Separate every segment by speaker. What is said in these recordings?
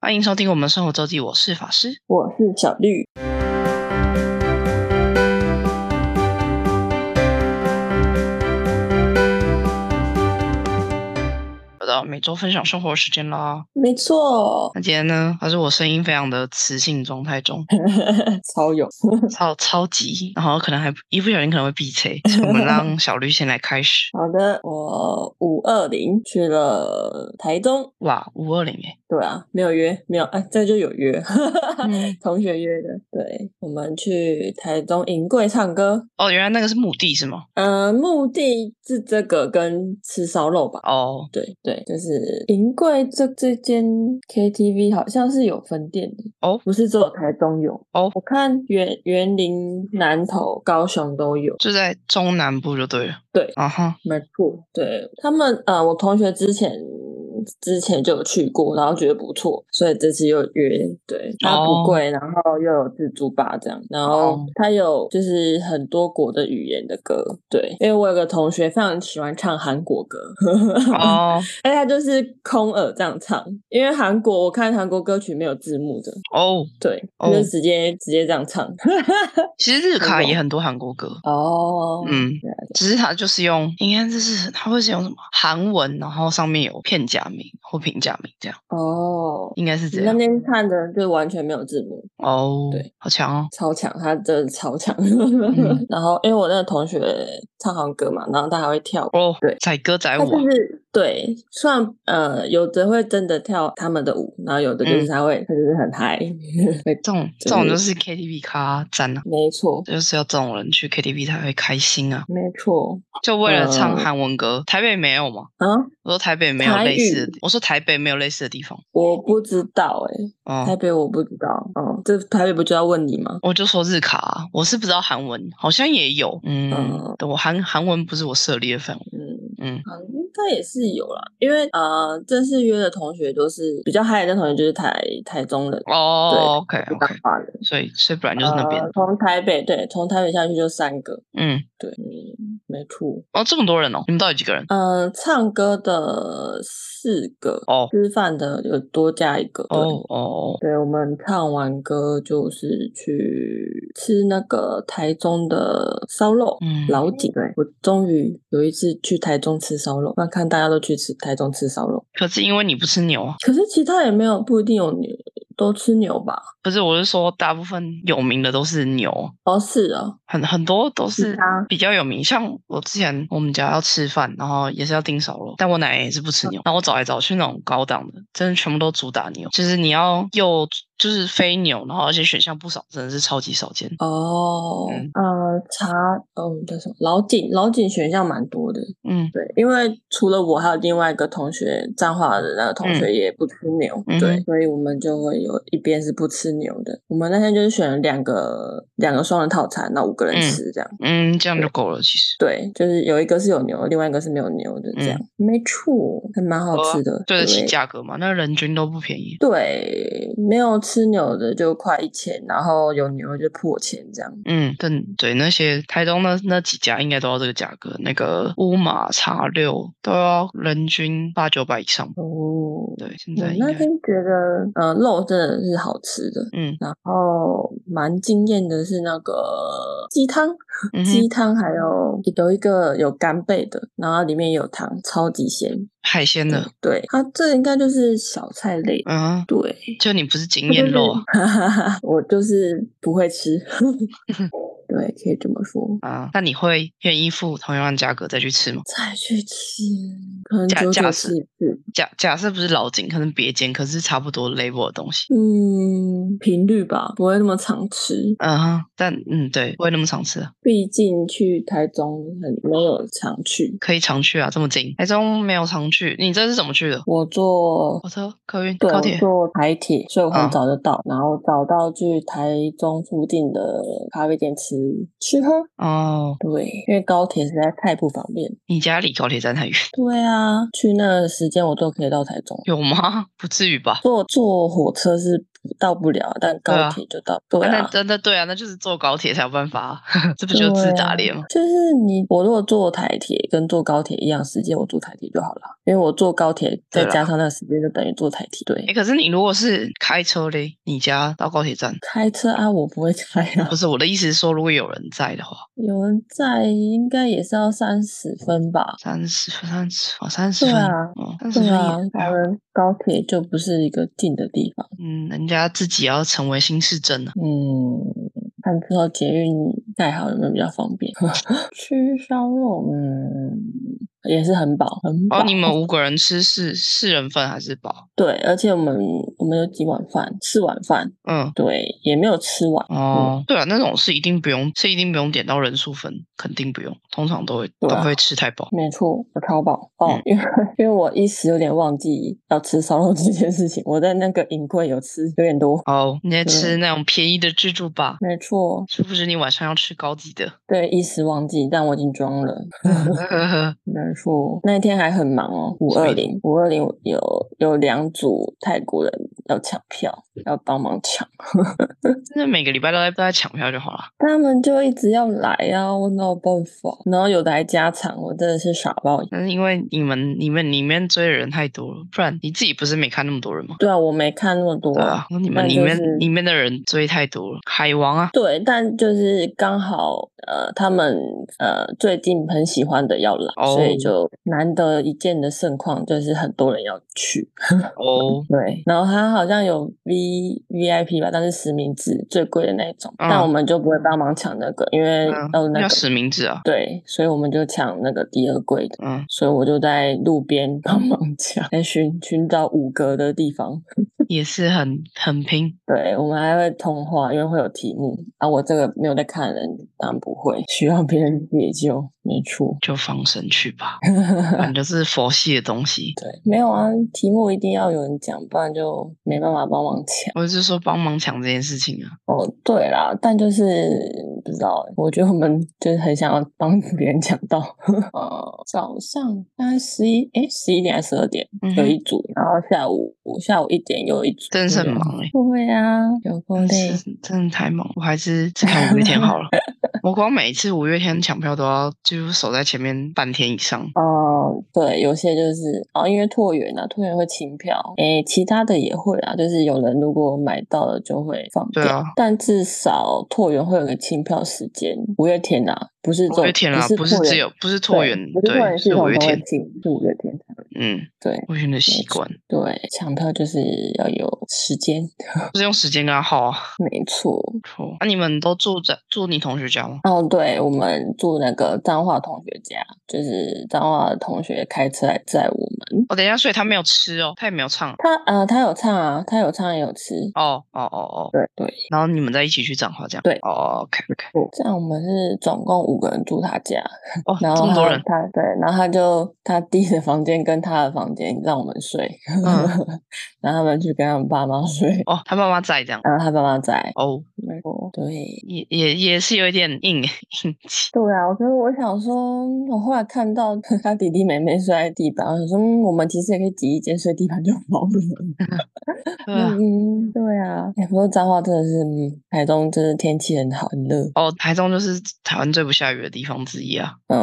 Speaker 1: 欢迎收听我们生活周记，我是法师。
Speaker 2: 我是小绿。
Speaker 1: 又到每周分享生活时间啦。
Speaker 2: 没错，
Speaker 1: 那今天呢，还是我声音非常的磁性状态 中，
Speaker 2: 超有。
Speaker 1: 超超级，然后可能还一不小心可能会闭嘴，所以我们让小绿先来开 始。
Speaker 2: 好的，我五二零去了台中。
Speaker 1: 哇，五二零哎，
Speaker 2: 对啊，没有约，没有哎，这就有 约，
Speaker 1: 嗯
Speaker 2: 同学约的。对，我们去台中银柜唱歌。
Speaker 1: 哦，原来那个是目的是吗？
Speaker 2: 嗯、目的是这个跟吃烧肉吧。
Speaker 1: 哦，
Speaker 2: 对对，就是银柜这这间 KTV 好像是有分店的
Speaker 1: 哦
Speaker 2: 不是只有台中有
Speaker 1: 哦
Speaker 2: 我看园园林、南投、高雄都有。
Speaker 1: 就在中南部就对了。
Speaker 2: 对
Speaker 1: 啊 哈，
Speaker 2: 没错，对他们，呃，我同学之前之前就有去过，然后觉得不错，所以这次又约。对，它
Speaker 1: 哦
Speaker 2: 不贵，然后又有自助吧这样，然后
Speaker 1: 哦
Speaker 2: 它有就是很多国的语言的歌。对，因为我有个同学非常喜欢唱韩国歌，
Speaker 1: 哦
Speaker 2: 而且他就是空耳这样唱，因为韩国我看韩国歌曲没有字幕的，
Speaker 1: 哦，
Speaker 2: 对，
Speaker 1: 哦嗯
Speaker 2: 他就直接直接这样唱。
Speaker 1: 其实日卡
Speaker 2: 那种
Speaker 1: 也很多韩国歌，
Speaker 2: 哦，
Speaker 1: 嗯
Speaker 2: 原来
Speaker 1: 只是它就是用，应该就是它会是用什么韩文，然后上面有片假名或平假名这样，
Speaker 2: 哦，
Speaker 1: 应该是这
Speaker 2: 那
Speaker 1: 样。
Speaker 2: 天看的就完全没有字幕，
Speaker 1: 哦，
Speaker 2: 对，
Speaker 1: 好强哦。
Speaker 2: 超强，他真的超强。
Speaker 1: 嗯
Speaker 2: 然后因为我那个同学唱好歌嘛，然后他还会跳舞。
Speaker 1: 哦，
Speaker 2: 对
Speaker 1: 载歌载
Speaker 2: 他
Speaker 1: 舞啊、
Speaker 2: 就是对，虽然呃，有的会真的跳他们的舞，然后有的
Speaker 1: 嗯
Speaker 2: 就是他会，他就是很嗨。会
Speaker 1: 啊这种这种就是 KTV 咖赞啊，
Speaker 2: 没错，
Speaker 1: 就是要这种人去 KTV 才会开心啊。
Speaker 2: 没错
Speaker 1: 就为了唱
Speaker 2: 呃
Speaker 1: 韩文歌，台北没有吗？
Speaker 2: 啊，
Speaker 1: 我说台北没有
Speaker 2: 台
Speaker 1: 类似的
Speaker 2: 语
Speaker 1: 地，我说台北没有类似的地方。
Speaker 2: 我不知道哎、台
Speaker 1: 哦，
Speaker 2: 北我不知道，嗯，这台北不就要问你吗？
Speaker 1: 我就说日卡啊、我是不知道韩文，好像也有。嗯
Speaker 2: 嗯，
Speaker 1: 对我韩韩文不是我涉猎的范围。
Speaker 2: 嗯。
Speaker 1: 嗯，
Speaker 2: 啊，应该也是有啦，因为呃，正式约的同学都是比较嗨的同学，就是台台中人，
Speaker 1: 哦，OK
Speaker 2: 不当
Speaker 1: OK，
Speaker 2: 化人，
Speaker 1: 所以所以本来就是那边。
Speaker 2: 呃，从台北对，从台北下去就三个，
Speaker 1: 嗯，
Speaker 2: 对，嗯，没错。
Speaker 1: 哦，这么多人哦，你们到底几个人？
Speaker 2: 呃，唱歌的四个，
Speaker 1: 哦
Speaker 2: 吃饭的有多加一个，对。
Speaker 1: 哦哦，
Speaker 2: 对，我们唱完歌就是去吃那个台中的烧肉，
Speaker 1: 嗯
Speaker 2: 老井。对我终于有一次去台中吃烧肉，那看大家都去吃台中吃烧肉，
Speaker 1: 可是因为你不吃牛啊，
Speaker 2: 可是其他也没有不一定有牛，都吃牛吧？
Speaker 1: 不是，我是说大部分有名的都是牛，
Speaker 2: 哦，是啊，
Speaker 1: 很很多都是啊
Speaker 2: 他
Speaker 1: 比较有名。像我之前我们家要吃饭，然后也是要订烧肉，但我奶奶也是不吃牛。然后我找来找去那种高档的，真的全部都主打牛，就是你要又就是非牛，然后而且选项不少，真的是超级少见。
Speaker 2: 哦，
Speaker 1: 嗯
Speaker 2: 呃，茶，嗯、叫什么？老井，老井选项蛮多的，
Speaker 1: 嗯
Speaker 2: 对，因为除了我，还有另外一个同学，彰化的那个同学也不吃牛，
Speaker 1: 嗯
Speaker 2: 对
Speaker 1: 哼，
Speaker 2: 所以我们就会有一边是不吃牛的。我们那天就是选了两个两个双人套餐，那五个人
Speaker 1: 嗯
Speaker 2: 吃这样。
Speaker 1: 嗯，这样就够了，其实。
Speaker 2: 对，就是有一个是有牛，另外一个是没有牛的，这样、没错，还蛮好吃的，
Speaker 1: 嗯哦对得起价格嘛？那人均都不便宜。
Speaker 2: 对，没有吃牛的就快一千，然后有牛就破千这样。
Speaker 1: 嗯，但对那些台东那那几家应该都要这个价格，那个乌马茶六都要人均八九百以上吧。
Speaker 2: 哦，
Speaker 1: 对，现
Speaker 2: 我
Speaker 1: 在应
Speaker 2: 那
Speaker 1: 该
Speaker 2: 天觉得，呃，肉真的是好吃的，
Speaker 1: 嗯
Speaker 2: 然后哦蛮惊艳的是那个鸡汤，
Speaker 1: 嗯
Speaker 2: 鸡
Speaker 1: 哼，
Speaker 2: 汤还有有一个有干贝的，然后里面有糖，超级鲜。
Speaker 1: 海鲜的，
Speaker 2: 对，它这应该就是小菜类。
Speaker 1: 嗯哼，
Speaker 2: 对，
Speaker 1: 就你不是经验肉啊？
Speaker 2: 啊， 我就是不会吃。 对，可以这么说。
Speaker 1: 啊，那你会愿意付同样的价格再去吃吗？
Speaker 2: 再去吃，可能
Speaker 1: 假
Speaker 2: 久
Speaker 1: 假
Speaker 2: 久
Speaker 1: 设
Speaker 2: 吃一次。
Speaker 1: 假假设不是老井，可能别间，可是差不多 level 的东西。
Speaker 2: 嗯，频率吧，不会那么常吃。
Speaker 1: 嗯哼，但嗯，对，不会那么常吃啊，
Speaker 2: 毕竟去台中很没有常去，
Speaker 1: 可以常去啊，这么近。台中没有常去，你这是怎么去的？
Speaker 2: 我坐
Speaker 1: 火车、客运、
Speaker 2: 对
Speaker 1: 高
Speaker 2: 我
Speaker 1: 铁？
Speaker 2: 坐台铁，所以我
Speaker 1: 啊
Speaker 2: 很早就到，然后找到去台中附近的咖啡店吃吃喝。
Speaker 1: 哦，
Speaker 2: 对，因为高铁实在太不方便。
Speaker 1: 你家离高铁站太远，
Speaker 2: 对啊，去那个时间我都可以到台中。
Speaker 1: 有吗？不至于吧？
Speaker 2: 坐坐火车是到不了，但
Speaker 1: 对啊
Speaker 2: 高铁就到。对
Speaker 1: 那
Speaker 2: 啊，
Speaker 1: 那那对啊，那就是坐高铁才有办法啊， 这不就是自
Speaker 2: 啊
Speaker 1: 打脸吗？
Speaker 2: 就是你，我如果坐台铁跟坐高铁一样时间，我坐台铁就好了，因为我坐高铁再
Speaker 1: 对啦
Speaker 2: 加上那个时间，就等于坐台铁。对，
Speaker 1: 哎、可是你如果是开车嘞，你家到高铁站，
Speaker 2: 开车啊，我不会开啊
Speaker 1: 不，是我的意思是说，如果有人在的话，
Speaker 2: 有人在应该也是要三十分吧？
Speaker 1: 三十分三十哦三十
Speaker 2: 对
Speaker 1: 分
Speaker 2: 啊
Speaker 1: 哦三十
Speaker 2: 对
Speaker 1: 分
Speaker 2: 啊
Speaker 1: 也，
Speaker 2: 台湾高铁就不是一个近的地方。
Speaker 1: 嗯，人家自己要成为新市镇了、
Speaker 2: 嗯，看之后捷运盖好有没有比较方便。 吃烧肉，嗯，也是很饱，很饱。
Speaker 1: 哦，你们五个人吃是四人份还是饱？
Speaker 2: 对，而且我们我们有几碗饭，四碗饭，
Speaker 1: 嗯。
Speaker 2: 对，也没有吃完。
Speaker 1: 哦，
Speaker 2: 嗯
Speaker 1: 对啊，那种是一定不用，是一定不用点到人数分，肯定不用，通常都会、
Speaker 2: 对啊
Speaker 1: 都会吃太饱。
Speaker 2: 没错，我超饱哦，
Speaker 1: 嗯
Speaker 2: 因为因为我一时有点忘记要吃烧肉这件事情，我在那个银柜有吃有点多。
Speaker 1: 哦，你在
Speaker 2: 对
Speaker 1: 吃那种便宜的自助吧？
Speaker 2: 没错，
Speaker 1: 殊不知你晚上要吃高级的。
Speaker 2: 对，一时忘记，但我已经装了。没错，那一天还很忙哦，五
Speaker 1: 所
Speaker 2: 二
Speaker 1: 以
Speaker 2: 零，五二零有有两组泰国人要抢票，要帮忙抢，
Speaker 1: 那每个礼拜都在都在抢票就好了。
Speaker 2: 他们就一直要来啊，我哪有办法？然后有的还加场，我真的是傻爆眼。
Speaker 1: 但是因为你们你们里面追的人太多了，不然你自己不是没看那么多人吗？
Speaker 2: 对啊，我没看那么多，
Speaker 1: 对啊，你们
Speaker 2: 那
Speaker 1: 里
Speaker 2: 就
Speaker 1: 面、
Speaker 2: 是
Speaker 1: 里面的人追太多了。海王啊，
Speaker 2: 对，但就是刚好呃，他们呃最近很喜欢的要来所以
Speaker 1: 哦
Speaker 2: 就难得一见的盛况，就是很多人要去。
Speaker 1: 哦，
Speaker 2: 对，然后他好像有 V VIP 吧，但是实名制最贵的那一种，但
Speaker 1: 嗯
Speaker 2: 我们就不会帮忙抢那个，因为
Speaker 1: 嗯
Speaker 2: 要哦那
Speaker 1: 要
Speaker 2: 个
Speaker 1: 实名制啊，
Speaker 2: 对，所以我们就抢那个第二贵的。
Speaker 1: 嗯，
Speaker 2: 所以我就在路边帮忙抢，在寻寻找五格的地方。
Speaker 1: 也是很很拼。
Speaker 2: 对，我们还会通话，因为会有题目啊。我这个没有在看的人，当然不会，需要别人解救。没错，
Speaker 1: 就放生去吧，反正就是佛系的东西。
Speaker 2: 对，没有啊，题目一定要有人讲，不然就没办法帮忙抢。
Speaker 1: 我是说帮忙抢这件事情啊，
Speaker 2: 哦，对啦，但就是不知道欸，我觉得我们 就是很想要帮别人抢到。 呃，早上大概十一，哎，十一点还是十二点
Speaker 1: 嗯
Speaker 2: 有
Speaker 1: 哼
Speaker 2: 一组，然后下午下午一点又一组，
Speaker 1: 真是
Speaker 2: 对
Speaker 1: 很忙哎、
Speaker 2: 对呀、有够
Speaker 1: 真
Speaker 2: 累。
Speaker 1: 是真的太忙，我还是只看五月天 好了。我光每一次五月天抢票都要几乎守在前面半天以上。
Speaker 2: 哦，对，有些就是哦，因为拓元啊，拓元会清票，诶，其他的也会啊，就是有人如果买到了就会放
Speaker 1: 对
Speaker 2: 掉，
Speaker 1: 啊
Speaker 2: 但至少拓元会有个清票时间。五月天啊，不是
Speaker 1: 五
Speaker 2: 这
Speaker 1: 月
Speaker 2: 种
Speaker 1: 天啊，不
Speaker 2: 不
Speaker 1: 是
Speaker 2: 拓
Speaker 1: 只
Speaker 2: 元
Speaker 1: 有不是拓
Speaker 2: 对
Speaker 1: 元，
Speaker 2: 不是拓
Speaker 1: 对，
Speaker 2: 元系
Speaker 1: 是
Speaker 2: 统
Speaker 1: 五
Speaker 2: 都
Speaker 1: 月
Speaker 2: 会
Speaker 1: 天，
Speaker 2: 清，是五月天才会。
Speaker 1: 嗯，
Speaker 2: 对
Speaker 1: 五月天的习
Speaker 2: 错
Speaker 1: 惯
Speaker 2: 对，抢票就是要有时间，
Speaker 1: 就是用时间跟他耗啊。
Speaker 2: 没错。
Speaker 1: 错，那、你们都住在住你同学家吗？
Speaker 2: 哦，对，我们住那个彰化同学家，就是彰化的同学开车来载我们。
Speaker 1: 哦，等一下，所以他没有吃哦，他也没有唱。
Speaker 2: 他呃，他有唱啊，他有唱也有吃。
Speaker 1: 哦哦哦哦，
Speaker 2: 对对，
Speaker 1: 然后你们再一起去彰化这样。
Speaker 2: 对
Speaker 1: 哦，OK OK，
Speaker 2: 这样我们是总共五个人住他家，
Speaker 1: 哦，
Speaker 2: 然
Speaker 1: 这
Speaker 2: 后
Speaker 1: 么多
Speaker 2: 他
Speaker 1: 人，
Speaker 2: 他对，然后他就他弟的房间跟他的房间让我们睡，
Speaker 1: 嗯
Speaker 2: 然后他们去跟他们爸妈睡，
Speaker 1: 哦，他妈妈在这样。
Speaker 2: 然后他爸妈在，
Speaker 1: 哦，
Speaker 2: 没错，对。
Speaker 1: 也也也是有一点硬 硬气。
Speaker 2: 对啊，我觉得我想说，我后来看到他弟弟妹妹睡在地板，我想说、嗯我们其实也可以挤一间睡地板就好了。
Speaker 1: 对啊。
Speaker 2: 嗯，对啊，哎、不过彰化真的是，嗯，台中真的天气很好，很热。
Speaker 1: 哦，台中就是台湾最不下雨的地方之一啊。
Speaker 2: 嗯，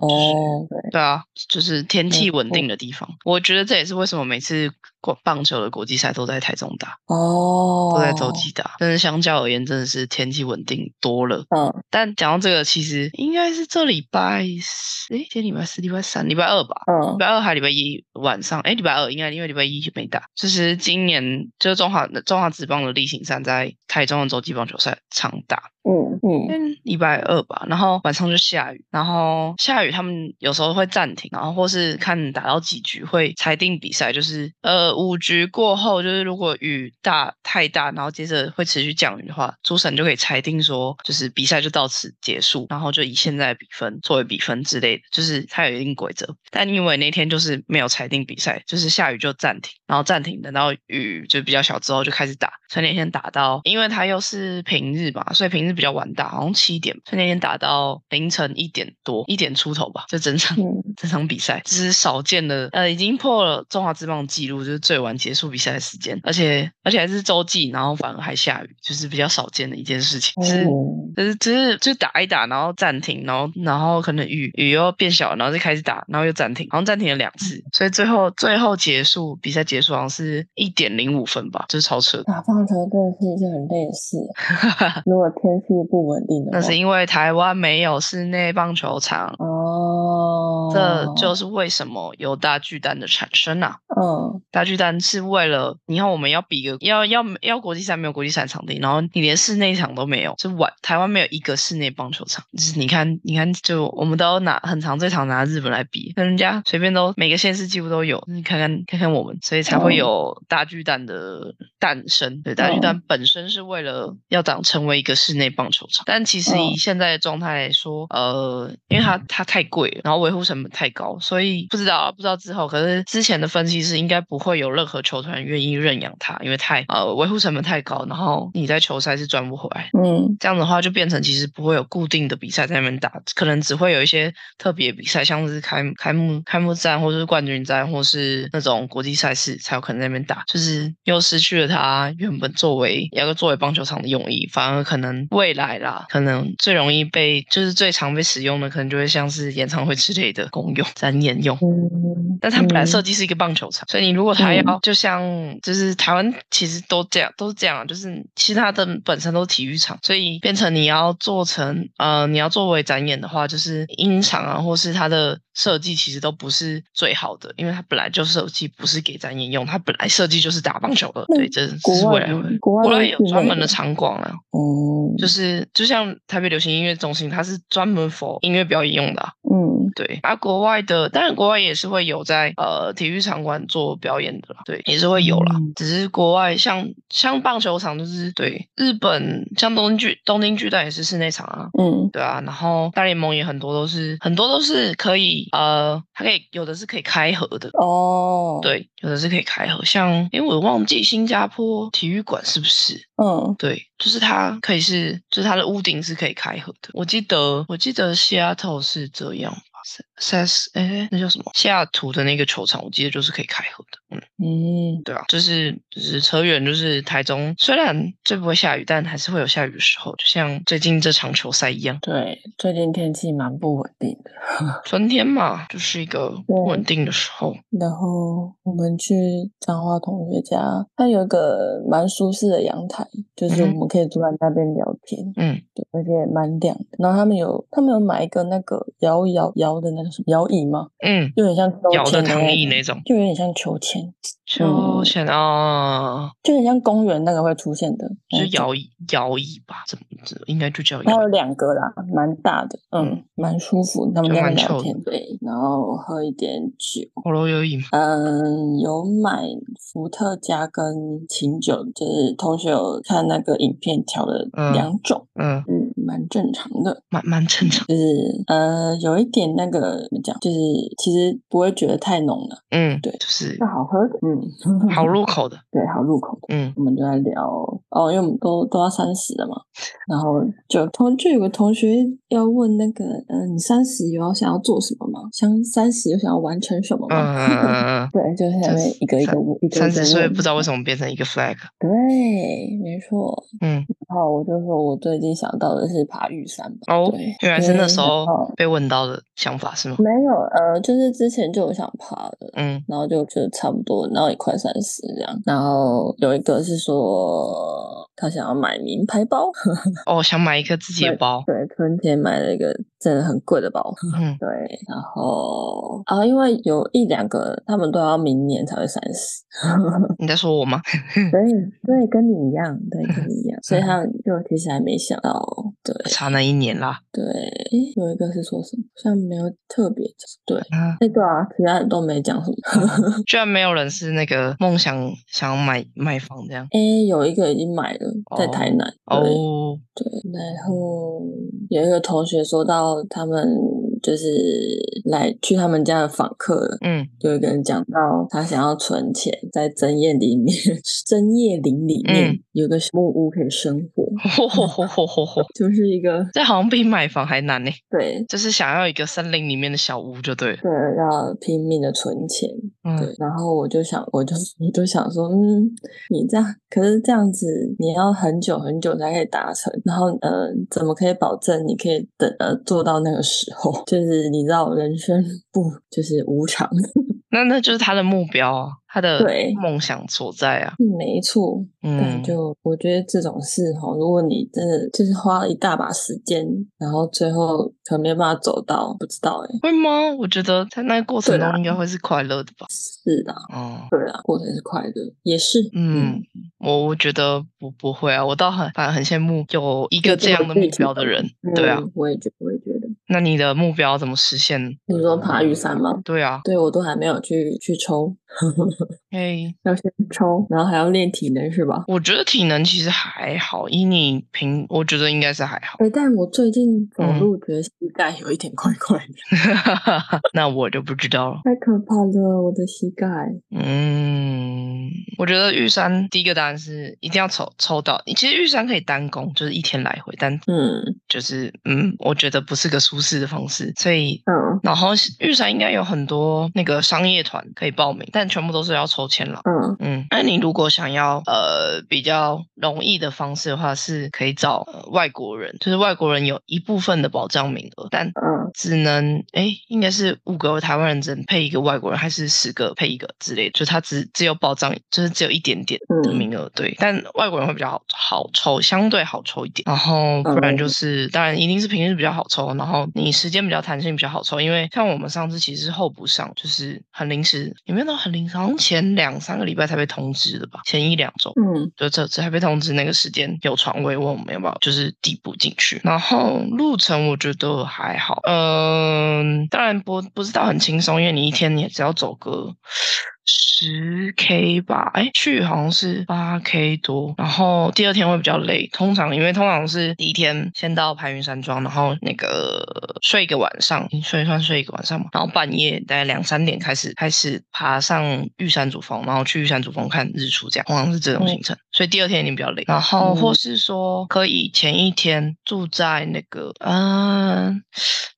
Speaker 2: 哦，对，
Speaker 1: 对啊，就是天
Speaker 2: 没
Speaker 1: 气稳
Speaker 2: 错
Speaker 1: 定的地方。我觉得这也是为什么每次国棒球的国际赛都在台中打，
Speaker 2: 哦，
Speaker 1: 都在洲际打。但是相较而言，真的是天气稳定多了。
Speaker 2: 嗯，
Speaker 1: 但讲到这个，其实应该是这礼拜四，诶，今天礼拜四、礼拜三、礼拜二吧。
Speaker 2: 嗯
Speaker 1: 礼，拜二还礼拜一晚上，哎，礼拜二应该因为礼拜一就没打。就是今年就是中华中华职棒的例行赛在台中的洲际棒球赛场打，
Speaker 2: 嗯嗯，
Speaker 1: 嗯，礼拜二吧，然后晚上就下雨，然后下雨他们有时候会暂停，然后或是看打到几局会裁定比赛，就是呃五局过后，就是如果雨大太大，然后接着会持续降雨的话，主审就可以裁定说就是比赛就到此结束，然后就以现在的比分作为比分之类的，就是它有一定规则。但因为那天就是没有裁定比赛，就是下雨就暂停，然后暂停等到雨就比较小之后就开始打，所以那天打到，因为它又是平日嘛，所以平日比较晚打，好像七点，所以那天打到凌晨一点多，一点出头吧，就整场
Speaker 2: 嗯
Speaker 1: 这场比赛，这是少见的，呃，已经破了中华之棒的记录，就是就是最晚结束比赛的时间，而且而且还是洲际，然后反而还下雨，就是比较少见的一件事情。就是
Speaker 2: 哦
Speaker 1: 就是只是就打一打，然后暂停，然后然后可能雨雨又变小，然后就开始打，然后又暂停，好像暂停了两次，所以最后最后结束比赛结束好像是一点零五分吧，就是超扯的。
Speaker 2: 打棒球真的是一件很累的事。啊 如果天气不稳定的话，
Speaker 1: 那是因为台湾没有室内棒球场，
Speaker 2: 哦，
Speaker 1: 这就是为什么有大巨蛋的产生啊。
Speaker 2: 嗯
Speaker 1: 大巨蛋是为了，你看我们要比个要要要国际赛没有国际赛场地，然后你连室内场都没有，就晚台湾没有一个室内棒球场。就是你看，你看，就我们都拿很长最常拿日本来比，跟人家随便都每个县市几乎都有。你看看看看我们，所以才会有大巨蛋的诞生。对，大巨蛋本身是为了要长成为一个室内棒球场，但其实
Speaker 2: 嗯
Speaker 1: 以现在的状态来说，呃，因为它它太贵了，然后维护成本太高，所以不知道啊不知道之后，可是之前的分析是应该不会有任何球团愿意认养它，因为太呃维护成本太高，然后你在球赛是赚不回来。
Speaker 2: 嗯
Speaker 1: 这样的话就变成其实不会有固定的比赛在那边打，可能只会有一些特别比赛，像是开开幕开幕战或者是冠军战，或是那种国际赛事才有可能在那边打，就是又失去了它原本作为要作为棒球场的用意，反而可能未来啦，可能最容易被就是最常被使用的，可能就会像是演唱会之类的公用展演用。
Speaker 2: 嗯，
Speaker 1: 但它本来设
Speaker 2: 嗯
Speaker 1: 计是一个棒球场，所以你如果它要、
Speaker 2: 嗯
Speaker 1: 就像就是台湾其实都这样都是这样啊，就是其实它的本身都是体育场，所以变成你要做成呃你要作为展演的话，就是音场啊或是它的设计其实都不是最好的，因为它本来就设计不是给展演用，它本来设计就是打棒球的，
Speaker 2: 那
Speaker 1: 对，这这
Speaker 2: 国
Speaker 1: 是
Speaker 2: 外
Speaker 1: 未来
Speaker 2: 呢
Speaker 1: 会
Speaker 2: 国外
Speaker 1: 国
Speaker 2: 会
Speaker 1: 外有
Speaker 2: 是
Speaker 1: 专
Speaker 2: 那
Speaker 1: 门的
Speaker 2: 个
Speaker 1: 场馆啊。
Speaker 2: 嗯
Speaker 1: 就是就像台北流行音乐中心，它是专门 for 音乐表演用的啊、
Speaker 2: 嗯
Speaker 1: 对，啊，国外的当然国外也是会有在呃体育场馆做表演的啦，对，也是会有啦。
Speaker 2: 嗯
Speaker 1: 只是国外像像棒球场就是对日本像东京巨东京巨蛋也是室内场啊。
Speaker 2: 嗯
Speaker 1: 对啊，然后大联盟也很多都是很多都是可以呃，它可以有的是可以开合的，
Speaker 2: 哦，，
Speaker 1: 对，有的是可以开合。像因为我忘记新加坡体育馆是不是
Speaker 2: 嗯
Speaker 1: 对，就是它可以是，就是它的屋顶是可以开合的。我记得，我记得西雅图是这样吧。塞斯，哎，那叫什么？西雅图的那个球场，我记得就是可以开合的。嗯，
Speaker 2: 嗯
Speaker 1: 对啊，就是就是扯远，就是台中虽然最不会下雨，但还是会有下雨的时候，就像最近这场球赛一样。
Speaker 2: 对，最近天气蛮不稳定的。
Speaker 1: 春天嘛，就是一个不稳定的时候。
Speaker 2: 然后我们去彰化同学家，他有一个蛮舒适的阳台，就是我
Speaker 1: 嗯哼
Speaker 2: 们可以坐在那边聊天，
Speaker 1: 嗯，
Speaker 2: 对，而且蛮亮的。然后他们有他们有买一个那个摇一摇摇的那个什么摇椅吗？
Speaker 1: 嗯，
Speaker 2: 有点像秋
Speaker 1: 摇的
Speaker 2: 千
Speaker 1: 躺椅
Speaker 2: 那
Speaker 1: 那
Speaker 2: 种，
Speaker 1: 种，
Speaker 2: 就有点像秋千，
Speaker 1: 秋千啊，
Speaker 2: 就很像公园那个会出现的那
Speaker 1: 就是
Speaker 2: 一种。
Speaker 1: 摇椅摇椅吧？怎么这应该就叫
Speaker 2: 它
Speaker 1: 摇
Speaker 2: 有
Speaker 1: 椅？
Speaker 2: 两个啦，蛮大的，嗯
Speaker 1: 嗯，
Speaker 2: 蛮舒服。他们
Speaker 1: 就
Speaker 2: 在那
Speaker 1: 蛮
Speaker 2: 聊
Speaker 1: 臭
Speaker 2: 天，对，然后喝一点酒，
Speaker 1: 火炉摇椅吗？
Speaker 2: 嗯，有买伏特加跟琴酒，就是同学有看那个影片调了
Speaker 1: 嗯
Speaker 2: 两种，
Speaker 1: 嗯，
Speaker 2: 嗯，蛮正常的。
Speaker 1: 蛮蛮正常。
Speaker 2: 就是呃，有一点那个怎么讲，就是其实不会觉得太浓了，
Speaker 1: 嗯，
Speaker 2: 对
Speaker 1: 就是
Speaker 2: 是好喝的， 嗯，
Speaker 1: 好，入口的。
Speaker 2: 对，好入口的。
Speaker 1: 嗯，
Speaker 2: 我们就在聊哦，因为我们都都要三十了 嘛，然后就同就有个同学要问那个，嗯、你三十有想要做什么吗？想三十有想要完成什么
Speaker 1: 嗯
Speaker 2: 吗？
Speaker 1: 嗯嗯 嗯
Speaker 2: 对，就是在那边一个一个问一个一个
Speaker 1: 三十岁不知道为
Speaker 2: 么。
Speaker 1: 什么变成一个 flag。
Speaker 2: 对，没错。
Speaker 1: 嗯，
Speaker 2: 然后我就说我最近想到的是爬玉山吧。
Speaker 1: 哦
Speaker 2: 对，，
Speaker 1: 原来是
Speaker 2: 因
Speaker 1: 那
Speaker 2: 为
Speaker 1: 时
Speaker 2: 想
Speaker 1: 候
Speaker 2: 到
Speaker 1: 被问到的想法是吗？
Speaker 2: 没有，呃，就是之前就有想爬的，
Speaker 1: 嗯
Speaker 2: 然后就觉得差不多，然后也快三十这样。然后有一个是说他想要买名牌包，
Speaker 1: 哦，想买一个自己的包。
Speaker 2: 对，春天买了一个真的很贵的包。
Speaker 1: 嗯
Speaker 2: 对，然后啊，因为有一两个他们都要明年才会三十，
Speaker 1: 你在说我吗？
Speaker 2: 对对，跟你一样，对，跟你一 样，所以他就其实还没想到，对
Speaker 1: 差那一年 啦。
Speaker 2: 对，诶有一个是说什么，好像没有特别讲，对，
Speaker 1: 啊，
Speaker 2: 那个啊，其他人都没讲什么。
Speaker 1: 居然没有人是那个梦想想买买房这样。
Speaker 2: 诶，有一个已经买了，在
Speaker 1: 哦
Speaker 2: 台南。对
Speaker 1: 哦，
Speaker 2: 对，然后有一个同学说到他们就是来去他们家的访客，
Speaker 1: 嗯，
Speaker 2: 有一个人讲到他想要存钱，在针叶林里面， 针叶林里面、
Speaker 1: 嗯
Speaker 2: 有个木屋可以生活，
Speaker 1: 嚯嚯嚯嚯嚯嚯，
Speaker 2: 就是一个
Speaker 1: 这好像比买房还难呢，
Speaker 2: 对
Speaker 1: 就是想要一个森林里面的小屋就对了。
Speaker 2: 对要拼命的存钱，对
Speaker 1: 嗯，，
Speaker 2: 然后我就想，我就我就想说，嗯，你这样，可是这样子，你要很久很久才可以达成，然后呃，怎么可以保证你可以等呃做到那个时候？ 就是你知道，人生不就是无常，
Speaker 1: 那那就是他的目标啊，他的
Speaker 2: 对
Speaker 1: 梦想所在啊。
Speaker 2: 没错。但
Speaker 1: 嗯，
Speaker 2: 就我觉得这种事哈，如果你真的就是花了一大把时间，然后最后可能没办法走到，不知道哎、
Speaker 1: 会吗？我觉得在那个过程
Speaker 2: 对
Speaker 1: 中
Speaker 2: 啦
Speaker 1: 应该会是快乐的吧。
Speaker 2: 是的，
Speaker 1: 哦，
Speaker 2: 对啊，过程是快乐，也是，
Speaker 1: 嗯，我我觉得我不会啊，我倒很反而很羡慕有一个
Speaker 2: 有这
Speaker 1: 这样
Speaker 2: 么
Speaker 1: 的
Speaker 2: 具
Speaker 1: 目
Speaker 2: 体
Speaker 1: 标
Speaker 2: 的
Speaker 1: 的人。
Speaker 2: 嗯，
Speaker 1: 对啊，
Speaker 2: 我也觉我也觉得。
Speaker 1: 那你的目标怎么实现？
Speaker 2: 你说爬玉山吗？
Speaker 1: 对啊，
Speaker 2: 对我都还没有去去抽，
Speaker 1: 嘿，
Speaker 2: 要先抽，然后还要练体能是吧？
Speaker 1: 我觉得体能其实还好，以你平，我觉得应该是还好。
Speaker 2: 哎，但我最近走
Speaker 1: 嗯
Speaker 2: 路觉得膝盖有一点怪怪的，
Speaker 1: 那我就不知道了。
Speaker 2: 太可怕了，我的膝盖。
Speaker 1: 嗯，我觉得玉山第一个当然是一定要抽抽到，其实玉山可以单攻，就是一天来回，但
Speaker 2: 嗯
Speaker 1: 就是嗯，我觉得不是个舒适的方式，所以
Speaker 2: 嗯
Speaker 1: 然后玉山应该有很多那个商业团可以报名，但全部都是要抽签了。
Speaker 2: 嗯
Speaker 1: 嗯，那你如果想要呃比较容易的方式的话，是可以找、呃外国人，就是外国人有一部分的保障名额，但
Speaker 2: 嗯
Speaker 1: 只能哎，应该是五个台湾人只能配一个外国人，还是十个配一个之类的，就他只只有保障，就是只有一点点的
Speaker 2: 嗯
Speaker 1: 名额，对。但外国人会比较好好抽，相对好抽一点。然后不然就是，当然一定是平日比较好抽，然后你时间比较弹性比较好抽，因为像我们上次其实是候补上，就是很临时，有没有到很临时？好像前两三个礼拜才被通知的吧，前一两周。
Speaker 2: 嗯
Speaker 1: 就这次还被通知那个时间有床位，问我们要不要就是递补进去。然后路程我觉得还好，嗯，当然不不知道很轻松，因为你一天也只要走个十 K 吧，哎，去好像是八 K 多，然后第二天会比较累。通常因为通常是第一天先到排云山庄，然后那个睡一个晚上，睡算睡一个晚上嘛，然后半夜大概两三点开始开始爬上玉山主峰，然后去玉山主峰看日出，这样通常是这种
Speaker 2: 嗯
Speaker 1: 行程。所以第二天一定比较累，然后
Speaker 2: 嗯
Speaker 1: 或是说可以前一天住在那个嗯、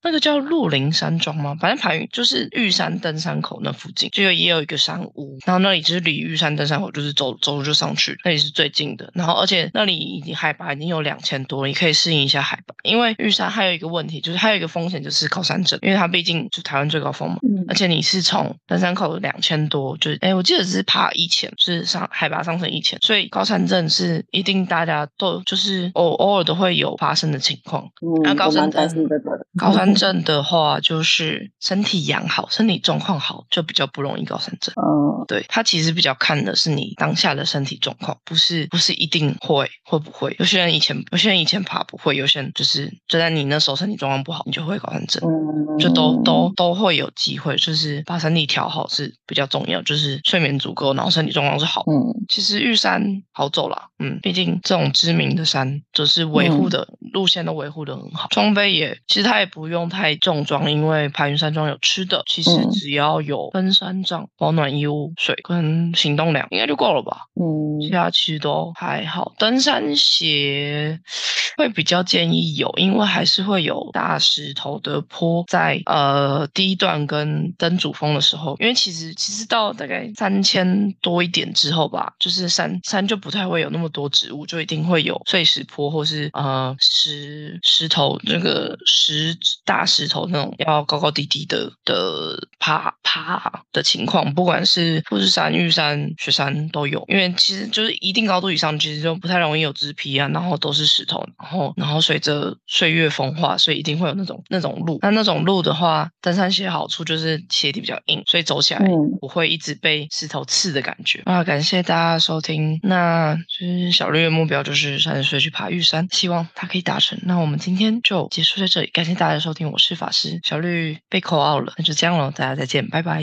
Speaker 1: 那个叫鹿林山庄吗？反正排云就是玉山登山口那附近，就有也有一个山屋，然后那里就是离玉山登山口就是走走路就上去，那里是最近的。然后而且那里已经海拔已经有两千多了，你可以适应一下海拔，因为玉山还有一个问题就是还有一个风险就是高山症，因为它毕竟就台湾最高峰嘛，
Speaker 2: 嗯
Speaker 1: 而且你是从登山口两千多，就是哎，我记得只是爬一千，就是上海拔上升一千，所以高山症是一定大家都就是偶偶尔都会有发生的情况。
Speaker 2: 嗯，
Speaker 1: 啊高
Speaker 2: 我
Speaker 1: 山
Speaker 2: 蛮担
Speaker 1: 症
Speaker 2: 心这个的。嗯
Speaker 1: 高山症的话，就是身体养好，身体状况好，就比较不容易高山症。
Speaker 2: 嗯
Speaker 1: 对，它其实比较看的是你当下的身体状况，不是不是一定会会不会。有些人以前有些人以前爬不会，有些人就是就在你那时候身体状况不好，你就会高山症。
Speaker 2: 嗯，
Speaker 1: 就都都都会有机会，就是把身体调好是比较重要，就是睡眠足够，然后身体状况是好。
Speaker 2: 嗯
Speaker 1: 其实玉山好走啦，嗯，毕竟这种知名的山，就是维
Speaker 2: 嗯
Speaker 1: 护的、路线都维护的很好。装备也，其实它也不用太重装，因为排云山庄有吃的，其实
Speaker 2: 嗯
Speaker 1: 只要有登山杖、保暖衣物、水跟行动粮，应该就够了吧。
Speaker 2: 嗯
Speaker 1: 其他其实都还好。登山鞋会比较建议有，因为还是会有大石头的坡在呃第一段跟登主峰的时候，因为其实其实到大概三千多一点之后吧，就是山山就不太会有那么多植物，就一定会有碎石坡或是呃石石头那个石大石头那种要高高低低的的爬爬的情况，不管是富士山、玉山、雪山都有，因为其实就是一定高度以上，其实就不太容易有植皮啊，然后都是石头，然后然后随着岁月风化，所以一定会有那种那种路。那那种路的话，登山鞋好处就是鞋底比较硬，所以走起来
Speaker 2: 嗯，
Speaker 1: 不会一直被石头刺的感觉啊！感谢大家收听，那就是小绿的目标就是三十岁去爬玉山，希望它可以达成。那我们今天就结束在这里，感谢大家的收听，我是法师小绿被扣 out 了，那就这样了，大家再见，拜拜。